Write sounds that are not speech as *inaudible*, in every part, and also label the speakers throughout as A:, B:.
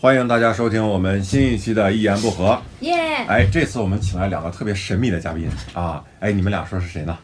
A: 欢迎大家收听我们新一期的《一言不合》。
B: 耶！
A: 哎，这次我们请来两个特别神秘的嘉宾啊！哎，你们俩说是谁呢？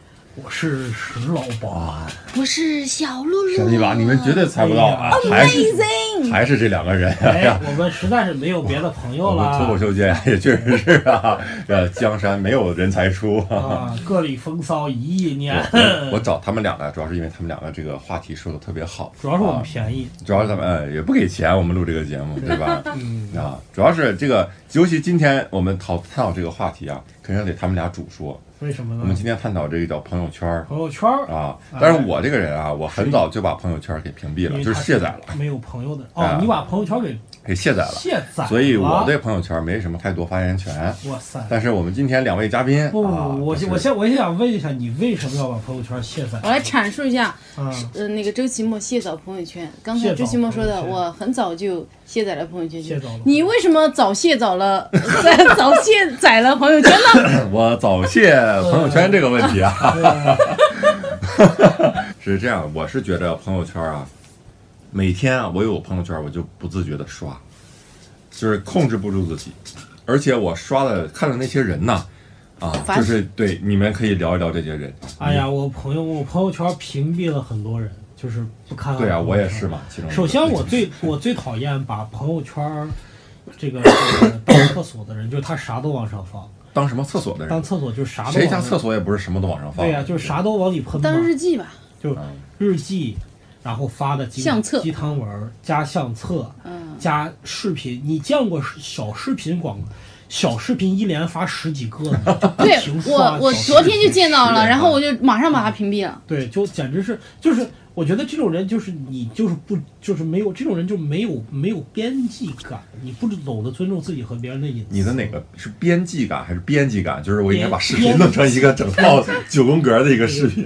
C: 我是石老板，
B: 我是小露露。
A: 神秘吧？你们绝对猜不到啊！还是
B: Amazing！
A: 还是这两个人 *laughs* 哎
C: 哎
A: 呀！，
C: 我们实在是没有别的朋友
A: 我们脱口
C: 了啊
A: 秀界也确实是啊，呃，江山没有人才出。
C: 啊，各领风骚一亿年，
A: 我我找他们两个，主要是因为他们两个这个话题说的特别好，
C: *laughs* 主要是我
A: 啊
C: 们便宜，
A: 主要是咱们呃也不给钱，我们录这个节目，对吧？嗯啊，主要是这个，尤其今天我们讨探讨这个话题啊，肯定得他们俩主说。
C: 为什么
A: 我们
C: 呢？
A: 今天探讨这个叫朋友圈儿
C: 朋友圈儿，
A: 啊，但是我这个人啊，我很早就把朋友圈儿给屏蔽
C: 因
A: 了，
C: 为
A: 就
C: 他
A: 是卸载了，，
C: 没有朋友的
A: 啊
C: 哦，你把朋友圈给
A: 给卸载了，
C: 卸载了，
A: 所以我对朋友圈儿没什么太多发言权。
C: 哇塞，
A: 但是我们今天两位嘉宾
C: 不不
A: 啊
C: 不，，我先
A: 就
C: 我
A: 是
C: 先我先想问一下，你为什么要把朋友圈卸载？
B: 我来阐述一下，
C: 啊，
B: 呃，那个周奇墨卸载朋友圈。刚才
C: 卸载
B: 周奇墨说的，
C: 朋友圈
B: 我很早就卸载了朋友圈。
C: 卸载了
B: 你为什么早卸载了， *laughs* 早早卸载了朋
C: *laughs*
B: 友圈呢？
A: *laughs* 我早泄朋友圈这个问题啊，
C: 嗯
A: *laughs* 是这样，我是觉得朋友圈啊，每天啊，我有朋友圈，我就不自觉的刷，就是控制不住自己，而且我刷的看的那些人呐，啊，
B: 烦
A: 就是对你们可以聊一聊这些人。
C: 哎呀，我朋友我朋友圈屏蔽了很多人，就是不看
A: 你，
C: 了
A: 对啊，
C: 朋友
A: 我也
C: 圈
A: 是嘛，其中一个
C: 首先，我
A: 嗯
C: 最我最讨厌把朋友圈儿这个这个当厕所的人，就是他啥都往上放，
A: 当什么厕所的
C: 当
A: 人，
C: 厕所就是啥都往上
A: 谁家厕所也不是什么都往上放，嗯
C: 对呀、就是啥都往里喷嘛，
B: 当日记吧，
C: 就是日记，然后发的鸡
B: 相册
C: 鸡汤文儿加相册，
B: 嗯，
C: 加视频，你见过小视频广小视频一连发十几个的吗？
B: *laughs*
C: 就不
B: 对
C: 停刷
B: 我我
C: 小视
B: 昨天就见到
A: 十
B: 了，
A: 点
C: 啊
B: 然后我就马上把它屏蔽了。
C: 对，就简直是就是，我觉得这种人就是你就是不就是没有这种人就没有没有边际感，你不懂得尊重自己和别人的隐私。
A: 你的哪个是编辑感还是编辑感？就是我应该把
C: 编
A: 视频弄成一个整套九宫格的一个视频，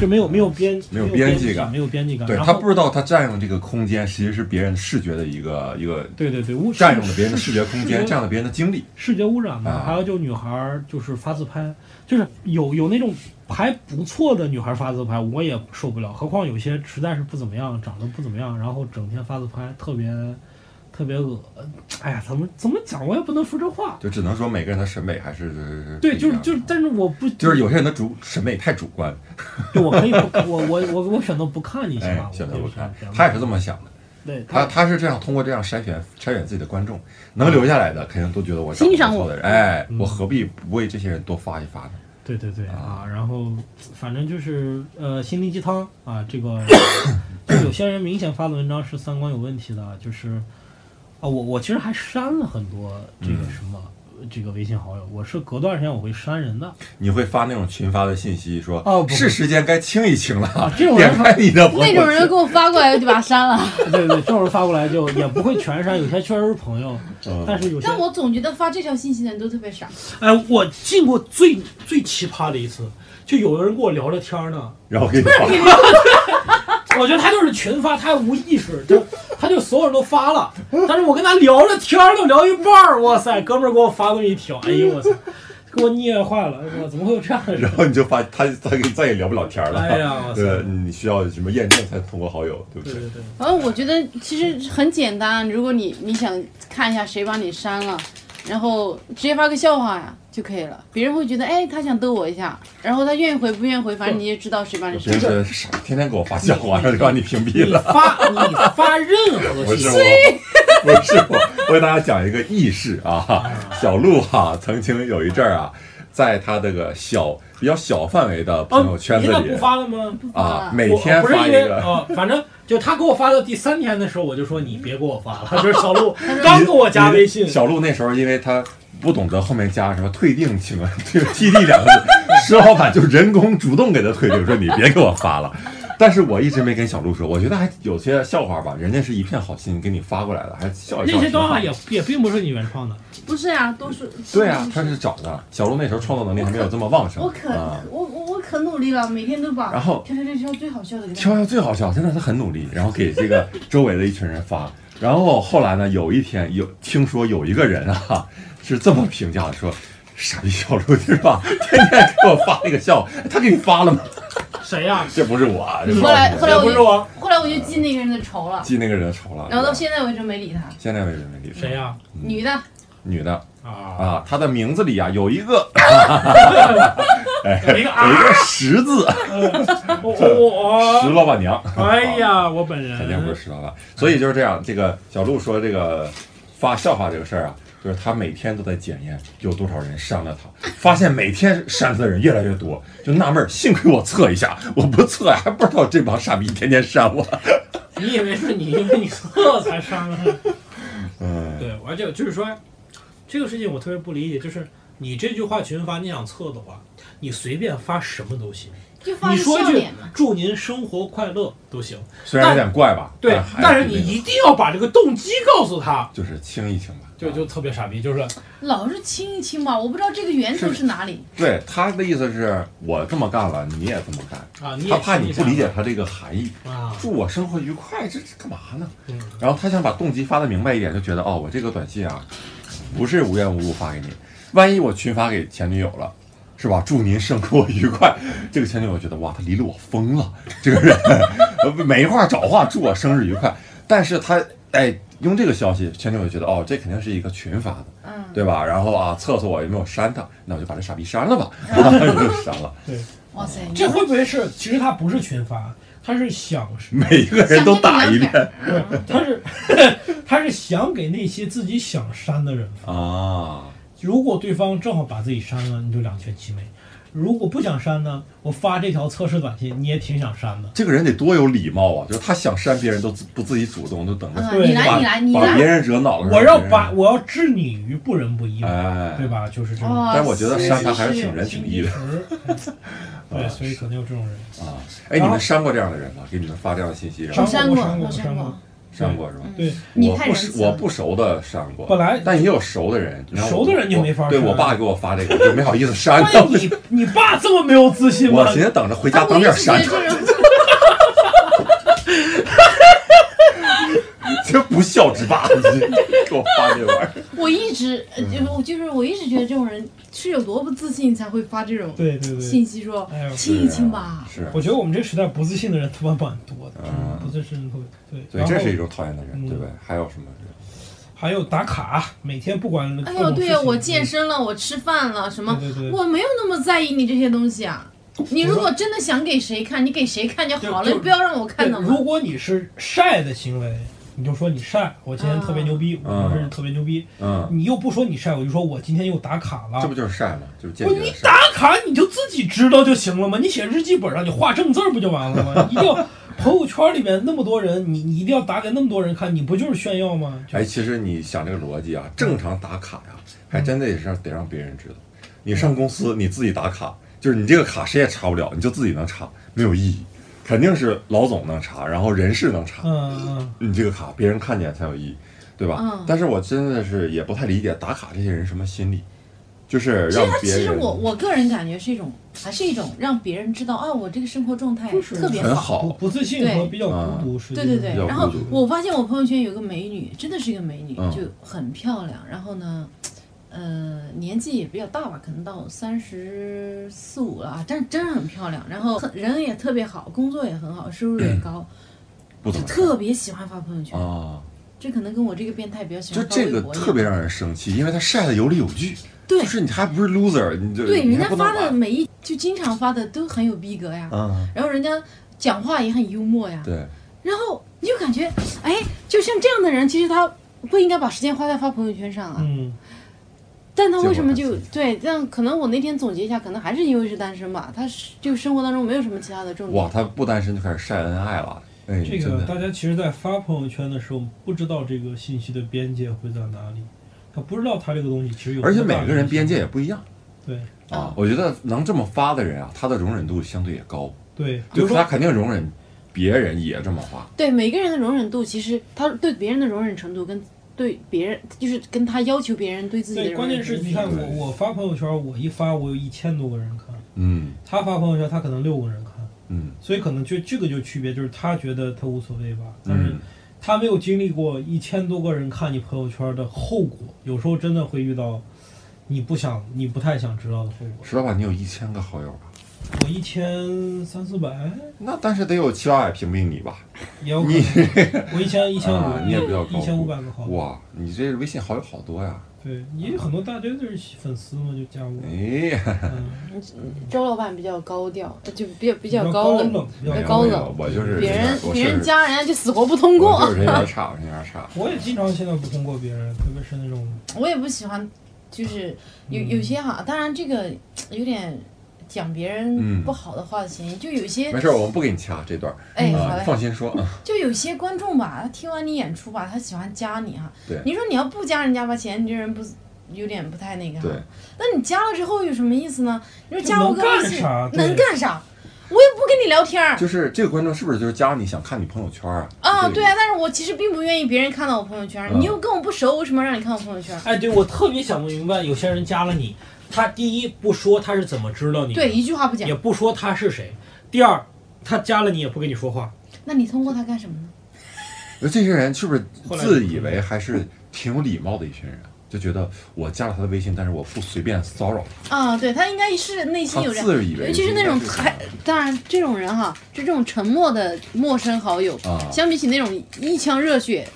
C: 就没有没有边
A: 没有
C: 边
A: 边际感
C: 没有边际感。
A: 对
C: 然
A: 他
C: 后
A: 不知道他占用这个空间，其实是别人视觉的一个一个
C: 对对对，污
A: 占用了别人的视觉空间，
C: 视觉
A: 占了别人的精力。
C: 视觉污染嘛
A: 啊。
C: 还有就女孩儿就是发自拍，就是有有那种还不错的女孩儿发自拍，我也受不了。何况有些实在是不怎么样，长得不怎么样，然后整天发自拍，特别特别恶。哎呀，怎么怎么讲，我也不能说这话。
A: 就只能说每个人的审美还是是
C: 对，就是就是是，但是我不
A: 就是有些人的主审美太主观，
C: 就我可以不，我我我我选择不看一下
A: 哎
C: 吧，，我
A: 选择
C: 可以
A: 不看
C: 选择，
A: 他也是这么想的。
C: 对
A: 他他是这样通过这样筛选筛选自己的观众，能留下来的肯定都觉得我长得
B: 欣赏
A: 不错
B: 我
A: 的人，哎，
C: 嗯
A: 我何必不为这些人多发一发呢？
C: 对对对
A: 啊
C: 啊，然后反正就是呃心灵鸡汤啊，这个就有些人明显发的文章是三观有问题的，就是啊我我其实还删了很多这
A: 嗯
C: 个什么、这个微信好友，我是隔段时间我会删人的
A: 你会发那种群发的信息说，
C: 哦不
A: 是时间该清一清了
C: 啊，这种人
A: 点开你的朋
B: 那种
A: 友
B: 人
A: 圈
B: 给。我发过来，我就把他删了。
C: 对对对，这种人发过来就也不会全删，有些确实是朋友，
A: 嗯
C: 但是有些
B: *laughs* 但我总觉得发这条信息的人都特别傻。
C: 哎，我进过最最奇葩的一次，就有人跟我聊着天儿呢，
A: 然后给你发，
C: 我觉得他就是群发，他还无意识，
A: *laughs*
C: 就他就所有人都发了，但是我跟他聊着天儿，就聊一半儿，哇塞，哥们儿给我发那么一条，哎呦我操，给我虐坏了，哎我怎么会有这样的
A: *laughs*
C: 人
A: 然？后你就发他他跟你再也聊不了天了。
C: 哎呀我操
A: 对，你需要什么验证才通过好友，对不
C: 对对对，
B: 然后呃我觉得其实很简单，如果你你想看一下谁把你删了，然后直接发个笑话呀就可以了，别人会觉得哎他想逗我一下，然后他愿意回不愿意回，反正你也知道谁把你
A: 有
B: 删
A: 别人
B: 了。
A: 觉得傻，天天给我发笑话，然后就把你屏蔽
C: 你 *laughs*
A: 了。
C: 发
A: *laughs*
C: 你发任何
A: 不是
C: 信息，
A: 我，不是 *laughs* 我，我给大家讲一个轶事啊。小鹿哈、曾经有一阵儿啊，在他这个小比较小范围的朋友圈子
C: 啊你
A: 里
C: 现在不发了吗？
A: 啊，每
C: 我
A: 天
C: 不是
A: 发
C: 因
A: 一
C: 为
A: 个。
C: 啊，反正就他给我发到第三天的时候，我就说你别给我发了，就是小鹿刚给我加微信，
A: *laughs* 小鹿那时候因为他不懂得后面加什么退订，请问 *laughs* 这个 TD 两个字，石老板就人工主动给他退订，说你别给我发了。但是我一直没跟小鹿说，我觉得还有些笑话吧，人家是一片好心给你发过来的，还笑一笑挺好。
C: 那些段话也也并不是你原创的，
B: 不是呀、多数
A: 对啊，他是找的。小鹿那时候创作能力还没有这么旺盛，
B: 我可、
A: 啊、
B: 我我我可努力了，每天都把
A: 然后
B: 挑挑挑挑最好笑的给他。
A: 挑挑最好笑，真的他很努力，然后给这个周围的一群人发。 *laughs* 然后后来呢，有一天有听说有一个人啊 *laughs* 是这么评价的，说傻逼小鹿对吧？ *laughs* 天天给我发那个笑，话，他给你发了吗？ *laughs*
C: 谁呀？
A: 这不是我啊，这
C: 你
A: 不
B: 后来后来
C: 不是我，
B: 后来来我就记那个人的仇了，
A: 记那个人的仇了。
B: 然后到
A: 对吧
B: 现在为止没理他。
A: 现在为止没理他
C: 谁呀？
B: 女的，
A: 女的
C: 啊，
A: 啊，她的名字里啊有一个
C: 一个
A: 有一
C: 啊，哦
A: 个十字，哎
C: 我我
A: 石
C: 我，
A: 老板娘。
C: 哦哎呀，我本人
A: 肯定不是石老板。所以就是这样，这个小鹿说这个发笑话这个事儿啊，就是他每天都在检验有多少人删了他，发现每天删他的人越来越多，就纳闷儿，幸亏我测一下，我不测还不知道这帮傻逼天天删我。
C: 你以为是你因为你色才删了？
A: *laughs* 嗯，
C: 对，而且就是说，这个事情我特别不理解，就是你这句话群发，你想测的话，你随便发什么都行，
B: 就发
C: 你
B: 个
C: 说
B: 笑
C: 一句
B: 脸嘛。
C: 祝您生活快乐都行。
A: 虽然有点怪吧，
C: 对，
A: 啊还
C: 但是你
A: 那个
C: 一定要把这个动机告诉他，
A: 就是清一清吧，
C: 就就特别傻逼，就是
B: 老是亲一亲吧，我不知道这个源头是哪里。
A: 对他的意思是我这么干了，你也这么干。
C: 啊，你也
A: 他怕你不理解
C: 清
A: 他这个含义，
C: 一下啊，
A: 祝我生活愉快，这是干嘛呢？
C: 嗯，
A: 然后他想把动机发的明白一点，就觉得哦，我这个短信啊，不是无缘无故发给你，万一我群发给前女友了，是吧？祝您生活愉快。这个前女友觉得哇，他离了我疯了，这个人呃没话找话，祝我生日愉快。但是他哎，用这个消息，前女友就觉得哦，这肯定是一个群发的，
B: 嗯，
A: 对吧？然后啊，测测我有没有删他，那我就把这傻逼删了吧，然后就删了。
C: 对，
B: 哇塞，你
C: 这会不会是其实他不是群发，他是想
A: 每一个人都打一遍
C: 他是 *laughs* 他是想给那些自己想删的人发。
A: 啊，
C: 如果对方正好把自己删了，你就两全其美；如果不想删呢，我发这条测试短信，你也挺想删的。
A: 这个人得多有礼貌啊！就是他想删别人都自不自己主动，都等着
B: 啊，
A: 把
B: 你来你来你
A: 把别
B: 来，
A: 人惹恼了。
C: 我
A: 让
C: 要
A: 别人
C: 把我要置你于不仁不义嘛，
A: 哎，
C: 对？吧？啊就是啊这种。
B: 哦
A: 但我觉得删他还是挺仁
C: 情
A: 挺义的
C: 的。对，所以可能有这种人。
A: 啊。哎，你们删过这样的人吗？给你们发这样的信息，然
B: 我
A: 后
C: 删
B: 删
C: 过
B: 过，
C: 我
B: 我
C: 删嗯
B: 删
C: 过
B: 过。
A: 删过是吧？
C: 对，
B: 你
A: 我
B: 太
A: 不
B: 仁
A: 是
B: 慈
A: 我
B: 了。
A: 不熟的删过，
C: 本来
A: 但也有熟的人，然后我
C: 熟的人就没法
A: 我对
C: 删
A: 我爸给我发这个，我就没好意思删。
C: 关键你你爸这么没有自信吗
A: 哎 *laughs* 我？寻思等着回家
B: 啊，
A: 当
B: 我一
A: 面
B: 直觉
A: 删
B: 得
A: 他，
B: 这人
A: 这不孝之霸！你给我发这玩意儿，
C: *laughs*
B: 我一直呃
C: 嗯
B: 就是我就是我一直觉得这种人是有多不自信才会发这种
C: 对对对。
B: 信息说
C: 哎呦，
B: 亲一亲吧。
A: 是啊，
C: 我觉得我们这时代不自信的人他妈蛮多的，真的
A: 嗯
C: 不自信的特别
A: 是
C: 对。
A: 对，这
C: 然后
A: 是一种讨厌的人，
C: 嗯
A: 对不对？还有什么人？
C: 还有打卡，每天不管各
B: 哎呦，
C: 种
B: 对
C: 事
B: 呀，
C: 情
B: 我健身了，我吃饭了，什么
C: 对对对，
B: 我没有那么在意你这些东西啊。你如果真的想给谁看，你给谁看就好了，
C: 就
B: 你不要让我看到
C: 对
B: 嘛。
C: 如果你是晒的行为，你就说你晒，我今天特别牛逼，
A: 嗯
C: 我是特别牛逼。
A: 嗯，
C: 你又不说你晒，我就说我今天又打卡了。
A: 这不就是晒吗？就是间
C: 不，
A: 接
C: 你
A: 的晒。
C: 打卡你就自己知道就行了吗？你写日记本上你画正字儿不就完了吗？一 *laughs* 定要朋友圈里面那么多人，你你一定要打给那么多人看，你不就是炫耀吗？就
A: 哎，其实你想这个逻辑啊，正常打卡呀、
B: 嗯
A: 还真得是得让别人知道。你上公司你自己打卡，就是你这个卡谁也查不了，你就自己能查，没有意义。肯定是老总能查，然后人事能查，
C: 嗯嗯，
A: 你这个卡别人看见才有意义，对吧？
B: 嗯
A: 但是我真的是也不太理解打卡这些人什么心理，就是
B: 其实
A: 让
B: 他，其
A: 别
B: 实
A: 人
B: 我我个人感觉是一种，还是一种让别人知道啊，我这个生活状态
C: 就是
B: 特别
A: 很
B: 好。
C: 不
A: 好，嗯
C: 不自信和比较孤独是
B: 对对对
A: 比较，
B: 然后
A: 孤独
B: 我发现我朋友圈有个美女，真的是一个美女，
A: 嗯
B: 就很漂亮。然后呢，呃，年纪也比较大吧，可能到三十四五了啊，但是真的很漂亮。然后很人也特别好，工作也很好，收入也高，
A: 嗯不怎
B: 就
A: 么
B: 特别喜欢发朋友圈。
A: 啊，
B: 这可能跟我这个变态比较喜
A: 就
B: 欢发
A: 这
B: 微
A: 个
B: 博一
A: 特
B: 样。
A: 别让人生气，因为他晒的有理有据，
B: 对
A: 就是你还不是 loser，你就
B: 对，
A: 你
B: 人
A: 还
B: 家
A: 不能
B: 发的
A: 玩
B: 每一就经常发的都很有逼格呀，
A: 嗯，
B: 然后人家讲话也很幽默呀，
A: 对。
B: 然后你就感觉，哎，就像这样的人，其实他不应该把时间花在发朋友圈上啊。
C: 嗯，
B: 但他为什么
A: 结果
B: 就
A: 他
B: 对？但可能我那天总结一下，可能还是因为是单身吧。他是就生活当中没有什么其他的重
A: 哇，
B: 点。
A: 他不单身就开始晒恩爱了，哎，
C: 这
A: 真
C: 个大
A: 的，
C: 家其实，在发朋友圈的时候，不知道这个信息的边界会在哪里，他不知道他这个东西其实有多
A: 而
C: 大
A: 且
C: 的影响。
A: 每个人边界也不一样
C: 对
A: 啊
B: 啊。
A: 我觉得能这么发的人啊，他的容忍度相对也高，
C: 对，比
A: 就
C: 如
A: 啊是他
C: 说
A: 肯定容忍别人也这么发，
B: 对每个人的容忍度，其实他对别人的容忍程度跟对别人就是跟他要求别人对自己的
C: 对，
B: 容
C: 关键
B: 忍
C: 是
B: 程度
C: 你
B: 一样。
C: 看我我发朋友圈，我一发我有一千多个人看，
A: 嗯
C: 他发朋友圈他可能六个人看，
A: 嗯
C: 所以可能就这个就区别就是他觉得他无所谓吧，但是
A: 嗯，
C: 他没有经历过一千多个人看你朋友圈的后果，有时候真的会遇到你不想你不太想知道的后果。
A: 石老板，你有一千个好友吧？
D: 我一千三四百，
A: 那但是得有七八百屏蔽你吧？
D: 也有可
A: 你
D: 能。我一千一千
A: 啊，你也比较
D: 五，
A: 高，
D: 一千五百个好。
A: 哇，你这微信好友好多呀！
D: 对，也有很多大家都是粉丝嘛，就加我。
A: 哎呀，
D: 嗯，
B: 周老板比较高调，呃就比较比
D: 比
B: 较
D: 高
B: 冷，
D: 比较
A: 没
B: 哎
A: 有
B: 高
A: 没
B: 冷
A: 有我就是
B: 别人
A: 我
B: 别人
A: 是
B: 家人家就死活不通
A: 我
B: 过
A: 就。是人缘差，我人缘差。
D: 我也经常现在不通过别人，特别是那种
B: 我也不喜欢，就是有
D: 嗯
B: 有些哈，当然这个有点讲别人
A: 嗯
B: 不好的话的嫌疑，就有些
A: 没事，我们不给你掐这段儿，
B: 哎，好
A: 啊，
B: 嘞，
A: 放心说啊。
B: 就有些观众吧，他听完你演出吧，他喜欢加你哈
A: 对。
B: 你说你要不加人家吧，显然你这人不有点不太那个哈
A: 对。
B: 那你加了之后有什么意思呢？你说加
D: 能
B: 我个微
D: 干
B: 信
D: 啥？对
B: 能干啥？我又不跟你聊 *laughs* 天儿
A: 就是这个观众是不是就是加你想看你朋友圈啊？
B: 啊，对啊，但是我其实并不愿意别人看到我朋友圈儿，
A: 嗯
B: 你又跟我不熟，为什么让你看我朋友圈儿？
C: 哎，对我特别想不明白，有些人加了你，他第一不说他是怎么知道你，
B: 对，，一句话不讲
C: 也，不说他是谁；第二，他加了你也不跟你说话。
B: 那你通过他干什么呢？
A: 那这些人是不是自以为还是挺有礼貌的一群人？啊就觉得我加了他的微信，但是我不随便骚扰他，
B: 啊，对他应该是内心
A: 他
B: 有这样。
A: 自以为
B: 尤其是那种
A: 太
B: 太，当然这种人哈，就这种沉默的陌生好友，
A: 啊
B: 相比起那种一腔热血，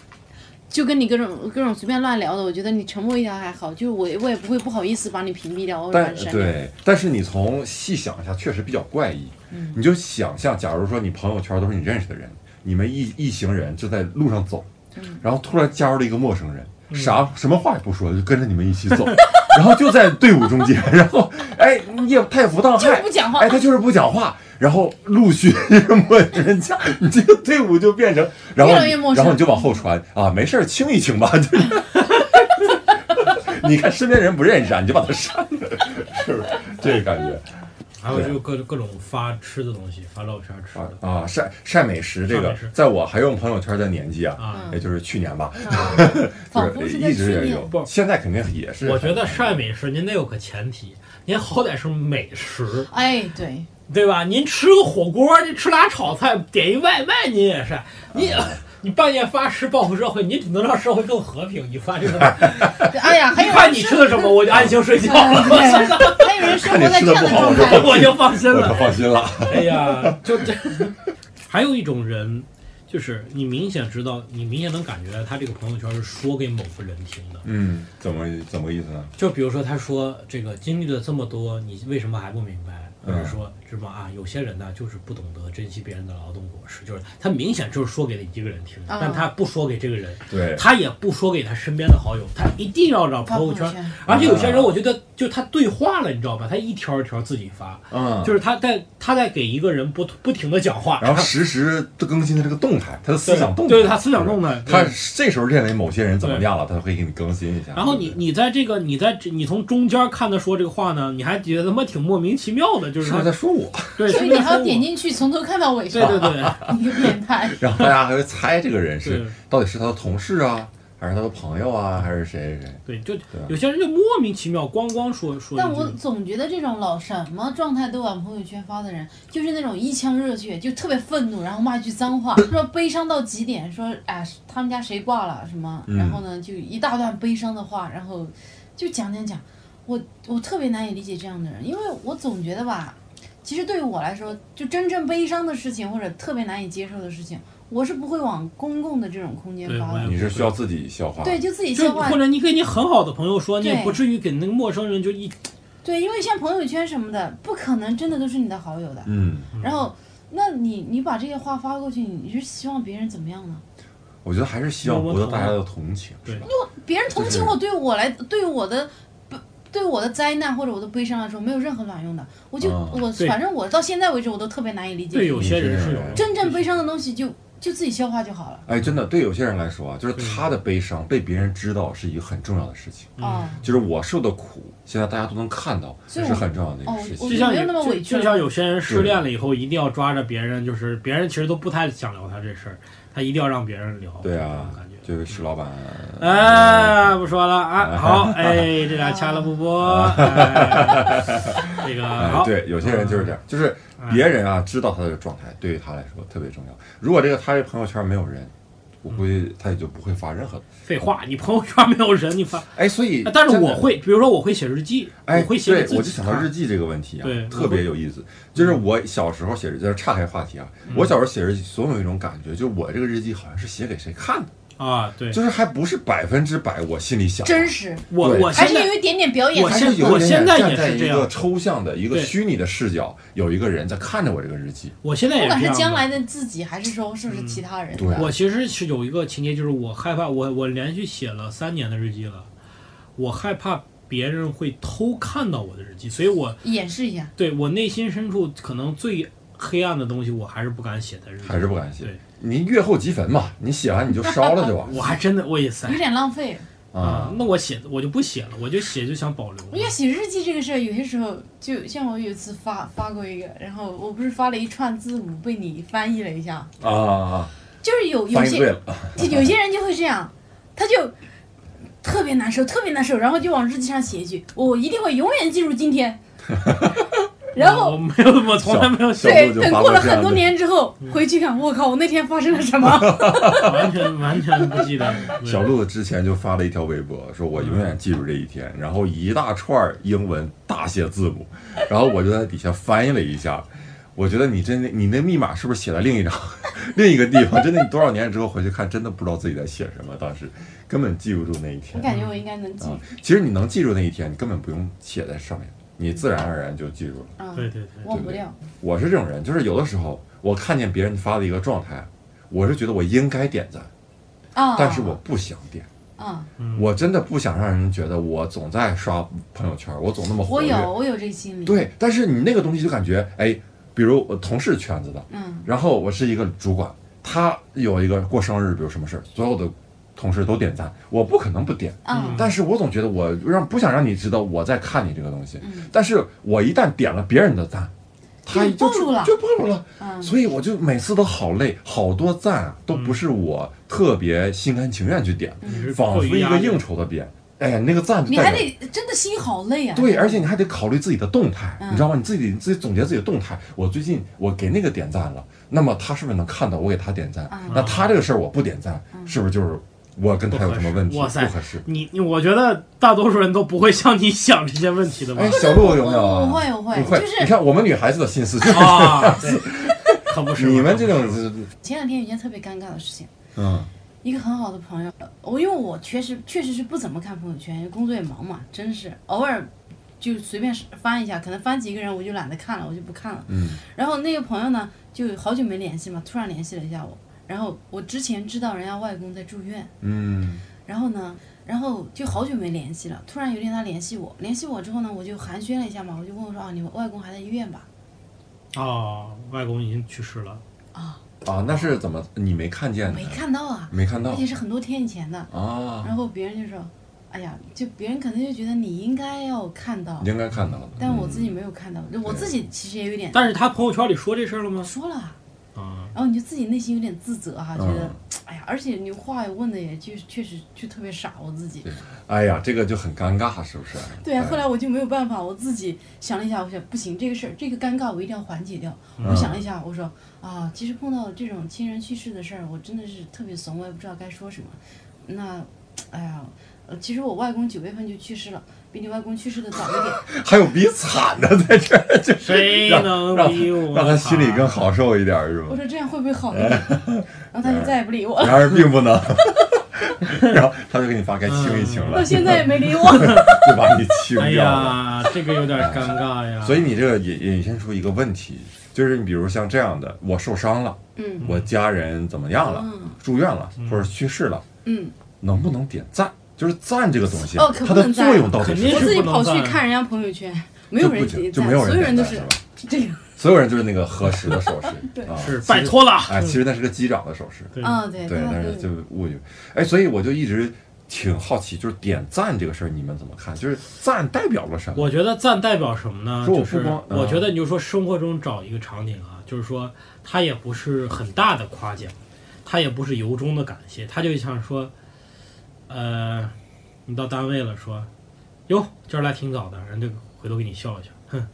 B: 就跟你各种各种随便乱聊的，我觉得你沉默一下还好，就是我我也不会不好意思把你屏蔽掉，我把
A: 但
B: 你删掉。
A: 对，但是你从细想一下，确实比较怪异。
B: 嗯
A: 你就想象，假如说你朋友圈都是你认识的人，你们一一行人就在路上走，
B: 嗯
A: 然后突然加入了一个陌生人，啥什么话也不说，就跟着你们一起走， *laughs* 然后就在队伍中间，然后哎，你也他也不当
B: 就是
A: 害
B: 不，讲话
A: 哎，，他就是不讲话，然后陆续 *laughs* 陌生人家，你这个队伍就变成，然后
B: 越来越陌生
A: 然后你就往后传啊，没事儿，清一清吧。
B: *laughs*
A: 就是你看身边人不认识啊，你就把他删了，是不是？这个感觉
C: 还有就是各各种发吃的东西，发照片吃
A: 啊
C: 的
A: 啊，晒晒美食这
C: 晒
A: 个
C: 美食，
A: 在我还用朋友圈的年纪啊，
C: 啊。
A: 也就是去年吧，就
B: 仿佛
A: 是
B: 是在
A: 一
B: 去
A: 直也
B: 年
A: 有，
C: 不
A: 现在肯定也是。
C: 我觉得晒美食您得有个前提，您好歹是美食，
B: 哎，对， *laughs*
C: 对吧？您吃个火锅，您吃俩炒菜，点一外卖，您也晒。你、 *laughs* 你半夜发誓报复社会，你只能让社会更和平。你发这个， *laughs*
B: 对哎呀，还有
C: 看
B: 人
C: 你
B: 生
C: 吃啊的什么，我就安心睡觉 *laughs* 了，
B: 对，还有人生活在这样的状态，
C: 我就放心
A: 我
C: 了 *laughs*
A: 可。放心了。
C: 哎呀，就这。 *laughs* 还有一种人，就是你明显知道，你明显能感觉他这个朋友圈是说给某个人听的。
A: 嗯，怎么怎么个意思呢？
C: 就比如说，他说这个经历了这么多，你为什么还不明白？或
A: 嗯
C: 者说，什么啊？有些人呢，就是不懂得珍惜别人的劳动果实，就是他明显就是说给一个人听的
B: 啊，
C: 但他不说给这个人，
A: 对，
C: 他也不说给他身边的好友，他一定要让
B: 发
C: 朋友
B: 朋友
C: 圈。
B: 圈，
C: 而且有些人，
A: 嗯
C: 我觉得就他对话了，你知道吧？他一条一条自己发，
A: 嗯，
C: 就是他在他在给一个人不不停的讲话，
A: 然后实时地更新他这个动态，他的思想动态，
C: 对对他思想动态，
A: 他
C: 对
A: 这时候认为某些人怎么样了，他会给你更新一下。
C: 然后你你在这个你在这你从中间看他说这个话呢，你还觉得他妈挺莫名其妙的，就是是
A: 不
C: 他
A: 是在说
C: *laughs*
A: 我？
C: 对，
B: *laughs* 所
C: 是
B: 以
C: 不
B: 你
C: 是
B: 还要
C: 说
B: 点
C: 我
B: 进去从头看到尾，是
C: 对 *laughs*
B: 吧？
C: 对对，
B: *laughs* 你个变态。
A: 然后大家还会猜这个人是
C: 对
A: 到底是他的同事啊，还是他的朋友啊，还是谁谁谁？
C: 对，就
A: 对啊
C: 有些人就莫名其妙，咣咣说说
B: 但
C: 一
B: 我
C: 句，
B: 总觉得这种老什么状态都往朋友圈发的人，就是那种一腔热血，就特别愤怒，然后骂一句脏话，说悲伤到极点，说哎他们家谁挂了什么，
A: 嗯
B: 然后呢就一大段悲伤的话，然后就讲讲讲，我我特别难以理解这样的人，因为我总觉得吧，其实对于我来说，就真正悲伤的事情或者特别难以接受的事情，我是不会往公共的这种空间
C: 对
B: 发
C: 我也
B: 的，
A: 你是需要自己消化。
B: 对，就自己
C: 就
B: 消化
C: 或者你跟你很好的朋友说，你也
B: 对
C: 不至于给那个陌生人就一
B: 对，因为像朋友圈什么的，不可能真的都是你的好友的。
A: 嗯，
B: 然后，那你你把这些话发过去，你是希望别人怎么样呢？
A: 我觉得还是希望博得大家的同情，
C: 对
A: 是吧？
B: 别人同情
A: 就是
B: 我，对我来，对我的不，对我的灾难或者我的悲伤来说，没有任何卵用的。我就、
A: 啊
B: 我
C: 对
B: 反正我到现在为止，我都特别难以理解。
C: 对有些
A: 你
C: 人
A: 是
C: 是有
B: 真正悲伤的东西就就自己消化就好了。
A: 哎，真的，对有些人来说啊，就是他的悲伤被别人知道是一个很重要的事情，
C: 嗯
B: 哦
A: 就是我受的苦，现在大家都能看到，
B: 所以
A: 是
B: 我
A: 很重要的一
B: 哦
A: 个事
B: 我
C: 就
A: 情。
C: 像
B: 没有
C: 有
B: 那么委
C: 就
B: 屈
C: 就
B: 了
C: 像有些人失恋了以后，一定要抓着别人，就是别人其实都不太想聊他这事儿，他一定要让别人聊。
A: 对
C: 这
A: 啊
C: 种感觉，。
A: 就是石老板，啊
C: 哎，不说了
A: *laughs*
C: 啊，好，哎，这俩掐了不播，
A: *laughs*
C: 哎这个
A: 哎，
C: 好，嗯
A: 对，有些人就是这样，就是别人啊知道他的状态，对于他来说特别重要。如果这个他这朋友圈没有人，我
C: 嗯
A: 估计他也就不会发任何的。
C: 废话，你朋友圈没有人，你发。
A: 哎，所以，
C: 呃但是
A: 真的
C: 我，会，比如说我会写日记，
A: 哎，
C: 我会写
A: 对
C: 给，自
A: 我就
C: 己
A: 想到
C: 看
A: 日记这个问题啊
C: 对，嗯
A: 特别有意思。就是我小时候写日记，岔开话题啊，我小时候写日记，总有一种感觉，就是我这个日记好像是写给谁看的，
C: 啊。对，
A: 就是还不是百分之百我心里想的，
B: 真实，
C: 我
A: 对
C: 我
B: 还
C: 啊现
B: 是有
C: 在
B: 一点点表演
C: 我
A: 还
B: 成
C: 现
A: 是
B: 分。
A: 有一点
C: 我现在
A: 点站
C: 也
A: 在
C: 是这
A: 一
C: 样
A: 个抽象的一个
C: 对
A: 虚拟的视角，有一个人在看着我这个日记。
C: 我现在也是
B: 不管
C: 这
B: 是
C: 样
B: 将
C: 的
B: 来的自己，还是说是不是其他人，
A: 对啊，
C: 我其实是有一个情节，就是我害怕，我我连续写了三年的日记了，我害怕别人会偷看到我的日记，所以我
B: 演示一下。
C: 对我内心深处可能最黑暗的东西，我还是不敢写在日记。
A: 还是不敢写
C: 对。
A: 你月后即焚嘛，你写完你就烧了就完
C: *laughs* 我还真的，我也塞
B: 有点浪费。
A: 啊。
C: 那我写我就不写了，我就写就想保留。
B: 我觉得写日记这个事儿，有些时候就像我有一次发发过一个，然后我不是发了一串字母，被你翻译了一下，
A: 啊啊！
B: 就是有有
A: 翻译对
B: 些
A: 了，
B: 就有些人就会这样，他就特别难受，特别难受，然后就往日记上写一句：“我一定会永远记住
A: *laughs*
B: 今天。”然
C: 我
B: 后
C: 没有，我从来没有
A: 小
C: 写，
B: 对，
A: 鹿就
B: 等
A: 发
B: 过
A: 过
B: 了
A: 哦这样嗯
B: 很多
A: 的
B: 年之后回去看，我靠，我那天发生了什么？
A: *laughs*
C: 完全完全不记得。对
A: 小鹿之前就发了一条微博，说我永远记住这一天，然后一大串英文大写字母，然后我就在底下翻译了一下。我觉得你真的，你那密码是不是写在另一张、 *laughs* 另一个地方？真的，你多少年之后回去看，真的不知道自己在写什么，当时根本记不住那一
B: 我
A: 天
B: 感觉我应该能记
A: 啊。其实你能记住那一天，你根本不用写在上面，你自然而然就记住了。
B: 啊，
C: 对对对，
B: 忘不掉。
A: 我是这种人，就是有的时候我看见别人发的一个状态，我是觉得我应该点赞，
B: 啊，
A: 但是我不想点，
B: 啊，
A: 我真的不想让人觉得我总在刷朋友圈，我总那么活
B: 我有
A: 跃。
B: 我有这个心理。，
A: 对，但是你那个东西就感觉，哎，比如我同事圈子的，
B: 嗯
A: 然后我是一个主管，他有一个过生日，比如什么事儿，所有的同事都点赞，我不可能不点。
B: 啊，
A: 但是我总觉得我让不想让你知道我在看你这个东西，
B: 嗯
A: 但是我一旦点了别人的赞，他
B: 就
A: 就
B: 暴露了
A: 就暴露了，
B: 嗯
A: 所以我就每次都好累，好多赞啊，都不是我特别心甘情愿去点，
C: 你
B: 嗯
C: 是
A: 仿
C: 过
A: 佛
C: 于
A: 一
C: 压
A: 个
C: 抑
A: 应酬的点。哎呀，那个赞就
B: 你
A: 代
B: 还
A: 表
B: 得真的心好累啊。
A: 对，而且你还得考虑自己的动态，
B: 嗯
A: 你知道吗？你自己你自己总结自己的动态。我最近我给那个点赞了，那么他是不是能看到我给他点赞？
B: 嗯
A: 那他这个事儿我不点赞，
B: 嗯
A: 是不是就是我跟他有什么问题？
C: 不合适哇塞
A: 不合适。
C: 你你，我觉得大多数人都不会像你想这些问题的吧
A: 哎，？小鹿有没有
B: 我
A: 啊？
B: 会我会
A: 你，会，
B: 就是
A: 你看我们女孩子的心思
B: *laughs*
A: 就是
C: 啊，
A: *laughs*
C: 对，可不是
A: 你们这
C: 可不是
A: 种是，
B: 前两天有一件特别尴尬的事情，
A: 嗯
B: 一个很好的朋友，呃我因为我确实确实是不怎么看朋友圈，因为工作也忙嘛，真是偶尔就随便翻一下，可能翻几个人我就懒得看了，我就不看了。
A: 嗯
B: 然后那个朋友呢，就好久没联系嘛，突然联系了一下我，然后我之前知道人家外公在住院，
A: 嗯
B: 然后呢，然后就好久没联系了，突然有一天他联系我，联系我之后呢，我就寒暄了一下嘛，我就问我说啊，你外公还在医院吧？
C: 哦，外公已经去世了。
A: 啊，那是怎么你没看见
B: 我
A: 呢？
B: 没看到啊，
A: 没看
B: 而
A: 到
B: 且是很多天以前的。
A: 啊，
B: 然后别人就说，哎呀，就别人可能就觉得你应该要看到，
A: 应该看到的。嗯
B: 但我自己没有看到，我自己其实也有点
C: 但是他朋友圈里说这事儿了
B: 我
C: 吗？
B: 说了，
C: 啊，
B: 然后你就自己内心有点自责哈、
A: 嗯
B: 觉得、哎呀，而且你话也问的也就确实就特别傻，我自己。
A: 哎呀，这个就很尴尬，是不哎是？
B: 对啊，后来我就没有办法，我自己想了一下，我想不行，这个事儿，这个尴尬我一定要缓解掉。
A: 嗯
B: 我想了一下，我说啊，其实碰到这种亲人去世的事儿，我真的是特别怂，我也不知道该说什么。那，哎呀，呃其实我外公九月份就去世了，比你外公去世的早
A: *laughs*
B: 一点。
A: 还有比惨的在这儿，就是
C: 谁
A: 让
C: 能
A: 让
C: 比我
A: 让他心里
C: 惨
A: 更好受一点儿，是
B: 我
A: 吗？
B: 说这样会不会好一点？
A: 哎
B: *laughs* 然后他就再也不理我了，
A: 然而并不能， *laughs* 然后他就给你发该清一清了
B: *laughs* 到，现在也没理我。
A: *laughs* 就把你清
C: 哎
A: 掉了。
C: 呀，这个有点尴尬呀。
A: 所以你这个引引申出一个问题，就是你比如像这样的，我受伤了，
B: 嗯
A: 我家人怎么样了，
B: 嗯
A: 住院了，或者去世了，
B: 嗯，
A: 能不能点赞？就是赞这个东西，
B: 哦可
A: 它
B: 不
A: 的
B: 能赞
A: 作用到底是
C: 肯定
B: 我
A: 什么？
B: 自己跑去看人家朋友圈，没
A: 就
B: 有
A: 不
B: 人
A: 行，
B: 点
A: 就
B: 赞，
A: 没有人
B: 所有人都
A: 点
B: 是
A: 赞吧
B: 这个。
A: 所有人就是那个合十的手势，
B: *laughs* 对
A: 啊、
C: 是
A: 其实
C: 拜。托了。
A: 哎，其实那是个击掌的手势，
C: 对
B: 啊，对，
A: 对，
B: 大家
A: 但
B: 都
A: 是就误解。哎，所以我就一直挺好奇，就是点赞这个事儿，你们怎么看？就是赞代表了什么？
C: 我觉得赞代表什么呢？
A: 说我
C: 就
A: 不
C: 是
A: 光
C: 我觉
A: 啊
C: 得你就说生活中找一个场景啊，就是说它也不是很大的夸奖，它也不是由衷的感谢，它就像说，呃，你到单位了说，哟，今儿来挺早的，人家回头给你笑一下，哼，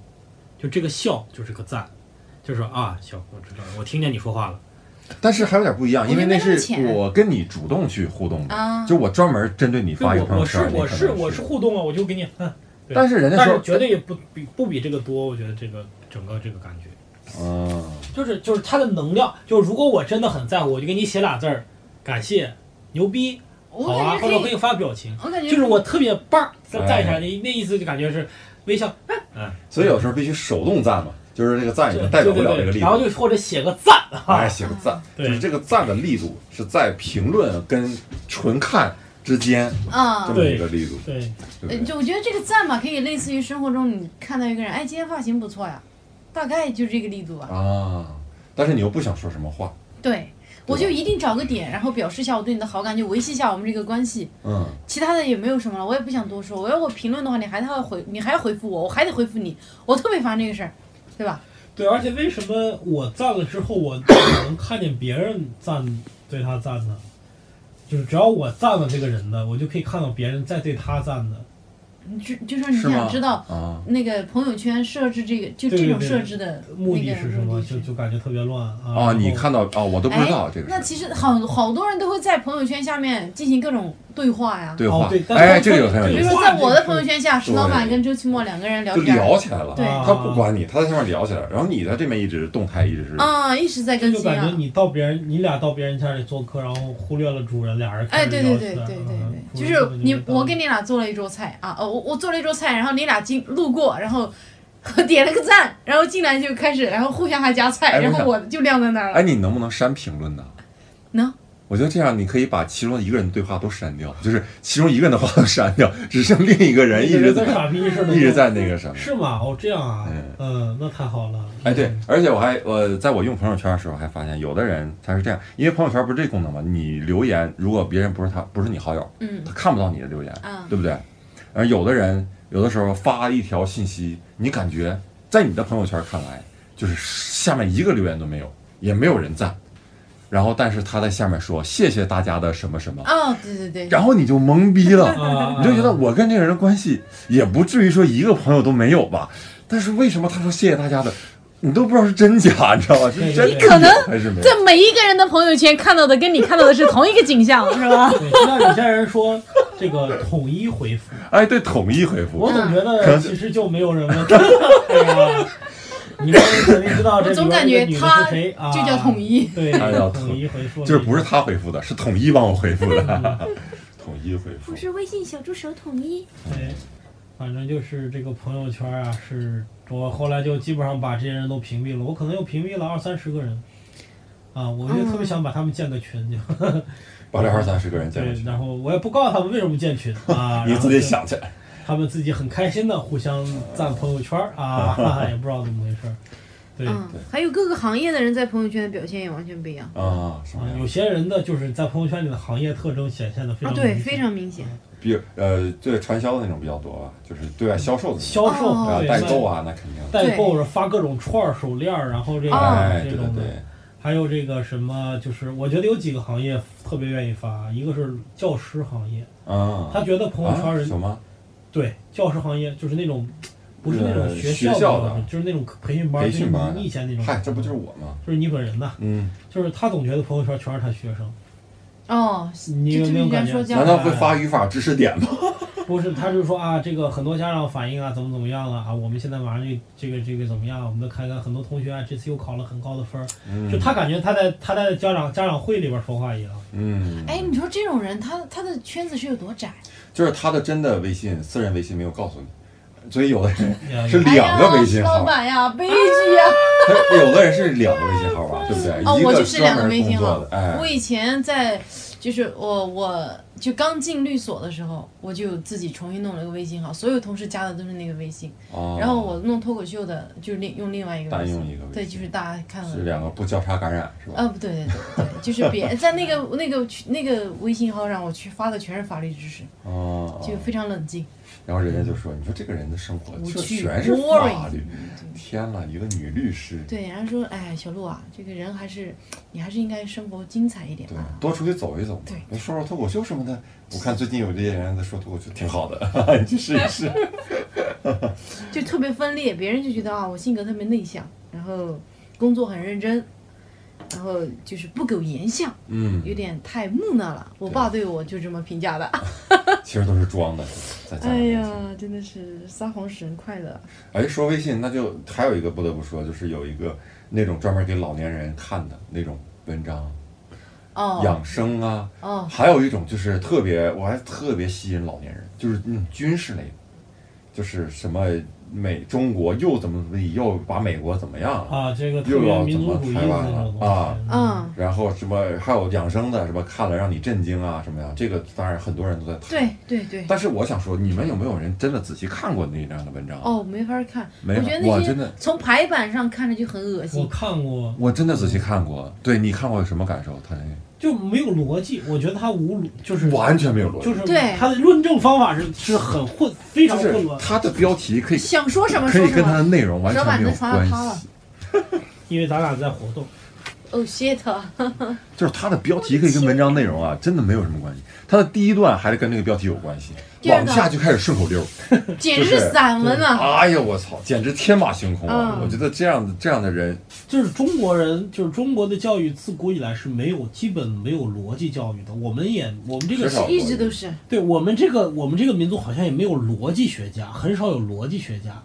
C: 就这个笑就是个赞，就说啊，小我知道了，我听见你说话了，
A: 但是还有点不一样，因为那
B: 我觉得没那么
A: 是
B: 浅
A: 我跟你主动去互动的，
B: 啊
A: 就我专门针对你
E: 对
A: 发一个
E: 我
A: 朋友
E: 我
A: 圈
E: 是
A: 儿，你
E: 我
A: 可
E: 是
A: 能
E: 我是互动啊，我就给你，嗯，对
A: 但是人家
E: 但
A: 说
E: 是，绝对也不比不比这个多，我觉得这个整个这个感觉。
A: 嗯，
E: 就是就是它的能量，就是如果我真的很在乎，我就给你写俩字儿，感谢，牛逼，好
B: 我
E: 啊，
B: 感
E: 或
B: 觉
E: 者我
B: 可
E: 给
B: 以，
E: 你发表情，
B: 我感觉
E: 就是我特别棒儿，再赞一下
A: 哎
E: 那那意思就感觉是微笑，嗯，
A: 所以有时候必须手动赞嘛，就是这个赞已
E: 对
A: 经代表不
E: 对
A: 了
E: 对
A: 这个力
E: 然后
A: 度，
E: 就或者写个赞，啊
A: 哎，写个赞，就
E: 对
A: 是这个赞的力度是在评论跟纯看之间这
B: 啊。
A: 么一个力度，
E: 对，
A: 对
B: 呃
A: 不对？
B: 就我觉得这个赞吧，可以类似于生活中你看到一个人，哎，今天发型不错呀，大概就这个力度吧。
A: 啊，但是你又不想说什么话，
B: 对，我就一定找个点，然后表示一下我对你的好感，就维系一下我们这个关系。
A: 嗯，
B: 其他的也没有什么了，我也不想多说。我要我评论的话，你还要回，你还要回复我，我还得回复你，我特别烦这个事儿，对吧？
C: 对，而且为什么我赞了之后，我我能看见别人赞对他赞呢？就是只要我赞了这个人的，我就可以看到别人在对他赞的。
B: 你就就说你
A: 是吗
B: 想知道
A: 啊，
B: 那个朋友圈设置这个，就
C: 对
B: 这
C: 对
B: 种
C: 对
B: 设置的
C: 目的
B: 那个
C: 是什么？
B: 目的
C: 就是就感觉特别乱啊。然
A: 哦，
C: 后
A: 你看到哦，我都不知道这个
B: 哎那
A: 事。
B: 其实好好多人都会在朋友圈下面进行各种对话呀。
A: 对话
C: 哦对，但是
A: 哎，
C: 他
A: 这个有很有
B: 比
A: 意
B: 如
A: 思，
B: 说在我的朋友圈下，石
A: 对
B: 老板跟周奇墨两个人聊
A: 就
B: 天儿，
A: 聊起来了。
B: 对
A: 他不管你，他在上面聊起来，然后你在这边一直动态，一直是
B: 啊，一直在
C: 这
B: 更
C: 就
B: 新
C: 感
B: 啊
C: 觉。你到别人，你俩到别人家里做客，然后忽略了主人，俩人开
B: 哎，
C: 始
B: 对
C: 聊
B: 对
C: 起
B: 对
C: 来
B: 对对
C: 了
B: 对，
C: 主
B: 就
C: 人
B: 是
C: 根本
B: 你
C: 没，当
B: 我给你俩做了一桌菜啊，哦，我我做了一桌菜，然后你俩经路过，然后 *laughs* 点了个赞，然后进来就开始，然后互相还夹
A: 哎
B: 菜，
A: 我
B: 然后
A: 想
B: 我就晾在那儿
A: 哎，
B: 了。
A: 你能不能删评论呢？
B: 能。
A: 我觉得这样，你可以把其中一个人的对话都删掉，就是其中一个人的话都删掉，只剩另一个人一直
C: 跟
A: 在
C: 傻逼似的，
A: 一直在那个什么。
C: 是吗？哦，这样啊
A: 嗯，
C: 嗯，那太好了。
A: 哎，对，而且我还呃，在我用朋友圈的时候还发现，有的人他是这样，因为朋友圈不是这功能嘛，你留言如果别人不是他不是你好友，
B: 嗯
A: 他看不到你的留言，
B: 啊
A: 对不对？而有的人有的时候发一条信息，你感觉在你的朋友圈看来，就是下面一个留言都没有，也没有人赞，然后但是他在下面说谢谢大家的什么什么，
B: 哦，对对对，
A: 然后你就懵逼
C: *laughs*
A: 了，
C: 啊，
A: 你就觉得我跟这个人的关系也不至于说一个朋友都没有吧？但是为什么他说谢谢大家的，你都不知道是真假，你知道吧？是
C: 对对
A: 真
C: 对
A: 的
B: 你可能
A: 有还是没有
B: 在？每一个人的朋友圈看到的跟你看到的是同一个景象，是吧？
C: 对，就像有些人说这个统一回复，
B: 嗯
A: 哎，对，统一回复
C: 我总觉
A: 可
C: 得其实就没有人问。 *laughs* 哎呀，你们肯定知道这
B: 我
C: 里
B: 总
C: 边
B: 感
C: 这个
B: 觉
C: 女的
B: 他
C: 是谁啊？
B: 就叫统一。
C: 对，
A: 哎呀
C: 统一回复
A: 就是不是他回复的，是统一帮我回复的，
C: 嗯
A: *laughs* 统一回复
F: 我。是微信小助手统一，
C: 对，哎反正就是这个朋友圈啊，是我后来就基本上把这些人都屏蔽了，我可能又屏蔽了二三十个人，啊，我就特别想把他们建个群，
A: *laughs*
C: 就
A: 把这二三十个人加进
C: 对，
A: 去，
C: 然后我也不告诉他们为什么不建群
A: *laughs*
C: 啊，
A: 你
C: 然后
A: 自己
C: 就，
A: 想去。
C: 他们自己很开心的互相赞朋友圈
A: *laughs*
C: 啊，哈哈也不知道怎么回事儿，对。
B: 嗯，还有各个行业的人在朋友圈的表现也完全不一样
A: 啊，什
C: 啊
A: 么，呀？
C: 有些人的就是在朋友圈里的行业特征显现的非
B: 啊，
C: 常明
B: 对，
C: 显
B: 非常明显。
A: 比如呃，对传销的那种比较多吧，就是对外销售的那种，
C: 销售
B: 哦
A: 啊，
C: 对
A: 代购啊，那肯定。
C: 代购发各种串儿、手链儿，然后
B: 哦
C: 这个、
A: 哎，
C: 啊这
A: 对
C: 种
A: 对
C: 的，
A: 对，
C: 还有这个什么，就是我觉得有几个行业特别愿意发，一个是教师行业，
A: 啊，
C: 他觉得朋友圈
A: 啊
C: 人、
A: 有吗？
C: 对教师行业就是那种不是那种
A: 呃
C: 校
A: 学校的
C: 老师就是那种培训班，
A: 培训班
C: 就是你以前那种，
A: 嗨，这不就是我吗？
C: 就是你本人呐，
A: 嗯，
C: 就是他总觉得朋友圈全是他学生，啊
B: 哦，
C: 你有没有感
B: 就
C: 觉
B: 是人？家说
A: 难道会发语法知识点吗？
C: 不是，他就说啊，这个很多家长反映啊，怎么怎么样了啊，我们现在马上就这个这个怎么样，我们都看看很多同学啊，这次又考了很高的分儿，
A: 嗯
C: 就他感觉他在他在家长家长会里边说话一样。
A: 嗯，
B: 哎，你说这种人，他他的圈子是有多窄？
A: 就是他的真的微信，私人微信没有告诉你，所以有的人
C: 哎呀
A: 是两个微信
B: 哎呀老
A: 号，
B: 板呀，悲剧呀！
A: 他有的人是两个微信号吧，对不对？
B: 哦，
A: 啊一
B: 我
A: 个
B: 就是两个
A: 专门
B: 微
A: 工
B: 信
A: 作
B: 号
A: 的，。哎
B: 我，以前在，就是我我就刚进律所的时候，我就自己重新弄了一个微信号，所有同事加的都是那个微信。
A: 哦
B: 然后我弄脱口秀的，就是另用另外一个微
A: 单用
B: 信。
A: 一个微信
B: 对，就是大家看
A: 是
B: 了。
A: 两个不交叉感染是吧？
B: 啊，不对对对对，就是别在那个那个群那个微信号上，我去发的全是法律知识，
A: 哦，
B: 就非常冷静。
A: 然后人家就说：“你说这个人的生活
B: 无
A: 就
B: 趣
A: 全是法律
B: boring，
A: 天呐，一个女律师，
B: 对，然后说，哎，小陆啊，这个人还是你还是应该生活精彩一点
A: 对
B: 吧。，
A: 多出去走一走嘛
B: 对，
A: 能说说脱口秀什么的。我看最近有这些人在说脱口秀，挺好的，你 *laughs* 去试一试。
B: 就特别分裂，别人就觉得啊，我性格特别内向，然后工作很认真，然后就是不苟言笑，
A: 嗯，
B: 有点太木讷了。我爸对我就这么评价的。
A: 其实都是装的，在家
B: 哎
A: 里面。
B: 呀，真的是撒谎使人快乐。啊
A: 哎，说微信，那就还有一个不得不说，就是有一个那种专门给老年人看的那种文章，
B: 哦
A: 养生啊，
B: 哦，
A: 还有一种就是特别，我还特别吸引老年人，就是那种军事类的，就是什么美中国又怎么怎么地，又把美国怎么样
B: 哦
A: 了，
C: 啊，这个特
A: 又
C: 别
A: 要
C: 民
A: 怎
C: 族
A: 么
C: 主义
A: 台
C: 的
A: 湾
C: 那种
A: 了
C: 东
A: 啊
C: 西，
B: 嗯，
A: 然后什么还有养生的，什么看了让你震惊啊什么呀，这个当然很多人都在谈。
B: 对对对。
A: 但是我想说，你们有没有人真的仔细看过那样的文章？，
B: 哦，没法看，
A: 没
B: 我
A: 法
B: 觉得
A: 我
B: 那
A: 真
B: 些
A: 的
B: 从排版上看着就很恶
C: 我
B: 心。
C: 看过，
A: 我真的仔细看过。对你看过有什么感受？他
C: 就没有逻辑，我觉得他无逻，就是
A: 那完全没有逻辑，
C: 就是
B: 对
C: 他的论证方法是是很混，非
A: 就
C: 常
A: 是
C: 混乱。
A: 他的标题可以
B: 想说什么
A: 可
B: 说
A: 以
B: 什
A: 跟他的
B: 么。
A: 内容完
B: 小
A: 全
B: 板
A: 没
B: 子
A: 有
B: 床上
A: 关
B: 趴了
A: 系，
C: 因为咱俩在活动，
B: 哦，shit！
A: 就是他的标题可以跟文章内容啊真的没有什么关系。他的第一段还是跟那个标题有关系，
B: 第二
A: 往
B: 段
A: 下就开始顺口溜。
B: 简
A: 就
B: 直
A: 是
B: 是散文啊！
A: 哎呀，我操，简直天马行空啊！
B: 嗯
A: 我觉得这样的这样的人
C: 就是中国人，就是中国的教育自古以来是没有基本没有逻辑教育的。我们也我们这个
A: 很少
B: 一直都
A: 哦
B: 是，
C: 对我们这个我们这个民族好像也没有逻辑学家，很少有逻辑学家。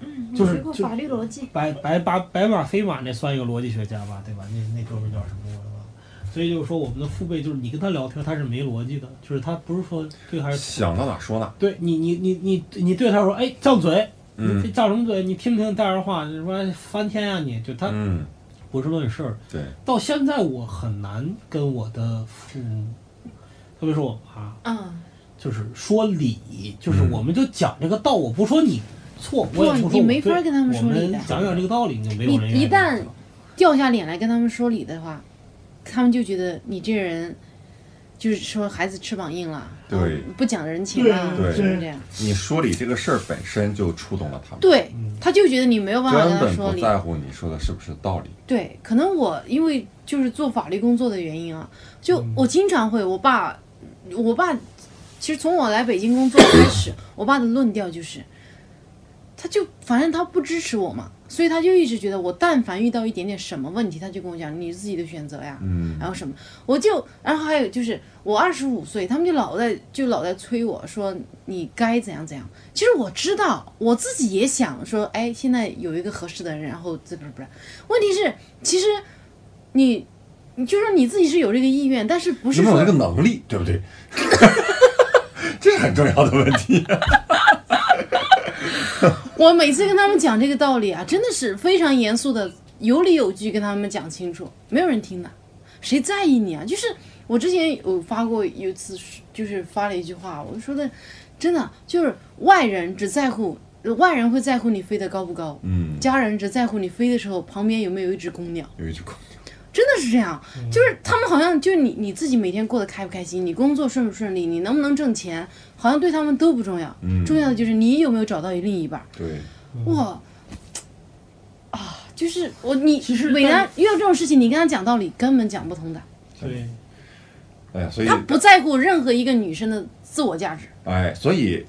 F: 嗯，
C: 就
F: 你
C: 是
F: 学过
C: 就
F: 法律逻辑？
C: 白白白白马非马那算一个逻辑学家吧，对吧？那那哥们儿叫什么我也忘了。所以就是说，我们的父辈就是你跟他聊天，他是没逻辑的，就是他不是说对还是
A: 想到哪说哪。
C: 对你你你你你对他说，哎，犟嘴，
A: 嗯
C: 你犟什么嘴？你听不听大人话？你说翻天呀、你就他
A: 嗯，
C: 不是论事儿。
A: 对，
C: 到现在我很难跟我的父母，特别是我妈，
B: 嗯，
C: 就是说理，就是
A: 嗯
C: 我们就讲这个道，我不说你错，我也
B: 不
C: 不说
B: 你
C: 我
B: 没法
C: 对
B: 跟他们说理
C: 我
B: 的
C: 们讲讲这个道理，你就没
B: 你
C: 有人愿意
B: 一旦
C: 讲
B: 掉下脸来跟他们说理的话，他们就觉得你这人就是说孩子翅膀硬了，
A: 对
B: 啊不讲人情啊，
A: 对
B: 是不是这样？
A: 你说理这个事儿本身就触动了他们。
B: 对，他就觉得你没有办法跟
A: 根
B: 他
A: 本
B: 说
A: 不
B: 理。
A: 在乎你说的是不是道理。
B: 对，可能我因为就是做法律工作的原因啊，就我经常会，我爸，我爸，其实从我来北京工作开始，我爸的论调就是，他就反正他不支持我嘛，所以他就一直觉得我但凡遇到一点点什么问题，他就跟我讲你自己的选择呀，
A: 嗯
B: 然后什么，我就，然后还有就是我二十五岁，他们就老在就老在催我说你该怎样怎样。其实我知道，我自己也想说，哎，现在有一个合适的人，然后这不是不是，问题是其实你。你就说你自己是有这个意愿，但是不
A: 有
B: 是
A: 没有这个
B: 说
A: 能力，对不对？这是很重要的问题。
B: 我每次跟他们讲这个道理啊，真的是非常严肃的，有理有据跟他们讲清楚，没有人听的，谁在意你啊？就是我之前有发过有一次，就是发了一句话，我说的真的就是外人只在乎，外人会在乎你飞得高不高，
A: 嗯，
B: 家人只在乎你飞的时候旁边有没有一只公鸟。
A: 有一句话，
B: 真的是这样，就是他们好像就是你你自己每天过得开不开心，你工作顺不顺利，你能不能挣钱，好像对他们都不重要，
A: 嗯
B: 重要的就是你有没有找到另一半。
A: 对，
B: 哇，啊，就是我你
C: 其实
B: 每
C: 但
B: 他遇到这种事情，你跟他讲道理根本讲不通的，
C: 对，
A: 哎呀，所以
B: 他不在乎任何一个女生的自我价值。
A: 哎，所以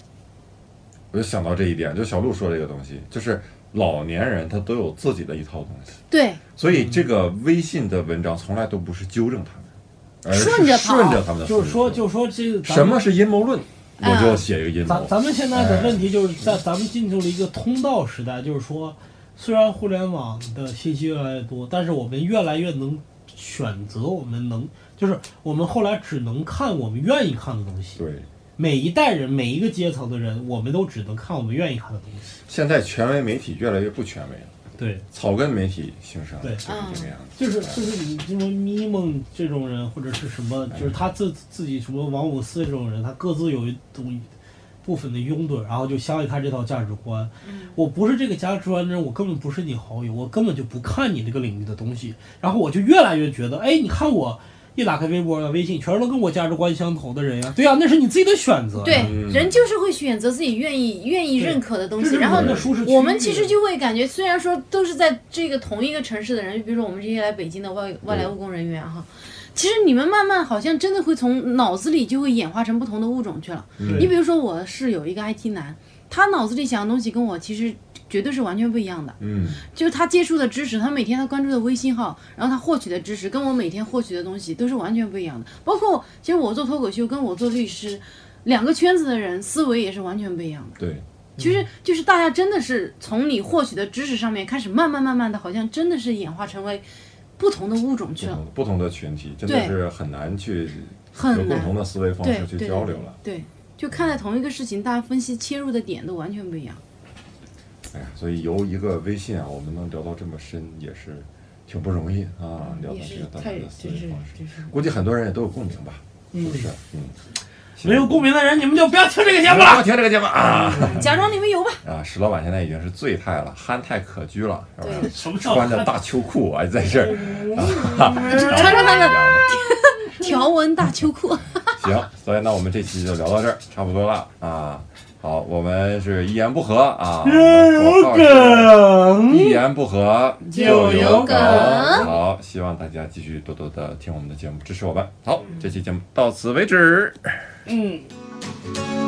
A: 我就想到这一点，就小鹿说这个东西，就是老年人他都有自己的一套东西，
B: 对，
A: 所以这个
B: 嗯
A: 微信的文章从来都不是纠正他们，而是
B: 顺着跑
A: 顺着他们的思路，
C: 就是说就是说这个咱
A: 什么
C: 们
A: 是阴谋论，
B: 哎
A: 我就写一个阴
C: 咱
A: 谋。
C: 咱们现在的问题就是在咱们进入了一个通道时代，就是说虽然互联网的信息越来越多，但是我们越来越能选择我们能，就是我们后来只能看我们愿意看的东西。
A: 对，
C: 每一代人每一个阶层的人，我们都只能看我们愿意看的东西。
A: 现在权威媒体越来越不权威了，
C: 对，
A: 草根媒体兴盛，
C: 对
A: 就是这
B: 嗯
A: 个样子。
C: 就是就是你这种咪蒙这种人，或者是什么，就是他自自己什么王五四这种人，他各自有一种部分的拥趸，然后就相信他这套价值观。
B: 嗯
C: 我不是这个价值观的人，我根本不是你好友，我根本就不看你这个领域的东西。然后我就越来越觉得，哎，你看我一打开微博啊呀、微信，全是都跟我价值观相投的人呀、对呀、那是你自己的选择呀。
B: 对，
A: 嗯
B: 人就是会选择自己愿意愿意
C: 对
B: 认可的东
C: 这
B: 西，
C: 是
B: 然后
C: 人的舒适区域。
B: 我们其实就会感觉，虽然说都是在这个同一个城市的人，比如说我们这些来北京的外外来务工人员哈，其实你们慢慢好像真的会从脑子里就会演化成不同的物种去了。
A: 嗯
B: 你比如说我室友一个 IT 男，他脑子里想的东西跟我其实绝对是完全不一样的。
A: 嗯，
B: 就是他接触的知识，他每天他关注的微信号，然后他获取的知识，跟我每天获取的东西都是完全不一样的。包括其实我做脱口秀，跟我做律师，两个圈子的人思维也是完全不一样的。
A: 对，
B: 其
A: 嗯
B: 实就是大家真的是从你获取的知识上面开始，慢慢慢慢的，好像真的是演化成为不同的物种
A: 不
B: 去了，
A: 同不同的群体真的
B: 对
A: 是很难去有
B: 很
A: 共
B: 难
A: 同。的思维方
B: 对
A: 式去
B: 对对
A: 交流了。
B: 对，就看待同一个事情，大家分析切入的点都完全不一样。
A: 哎呀，所以由一个微信啊，我们能聊到这么深，也是挺不容易啊，聊到
B: 嗯也
A: 这
B: 是
A: 个大家
B: 太
A: 的思
B: 真
A: 维
B: 是
A: 方式，
B: 真是
A: 估计很多人也都有共鸣吧，是不是？嗯，行
C: 没有共鸣的人，你们就不要听这个节目
A: 不
C: 了。
A: 要听这个节目啊
B: 假装你们有吧。
A: 啊！石老板现在已经是醉态了，憨态可掬了，是不
B: 对嗯
A: 是？
C: 什么叫
A: 穿着大秋裤啊，在这儿，嗯
B: 穿着那个条纹大秋裤，
A: 行，所以那我们这期就聊到这儿，差不多了啊。好，我们是一言不合啊，我们口号是
C: 梗？
A: 一言不合
C: 就
A: 有梗
C: 有梗。
A: 好，希望大家继续多多的听我们的节目，支持我们。好，这期节目到此为止。
C: 嗯。
A: 嗯。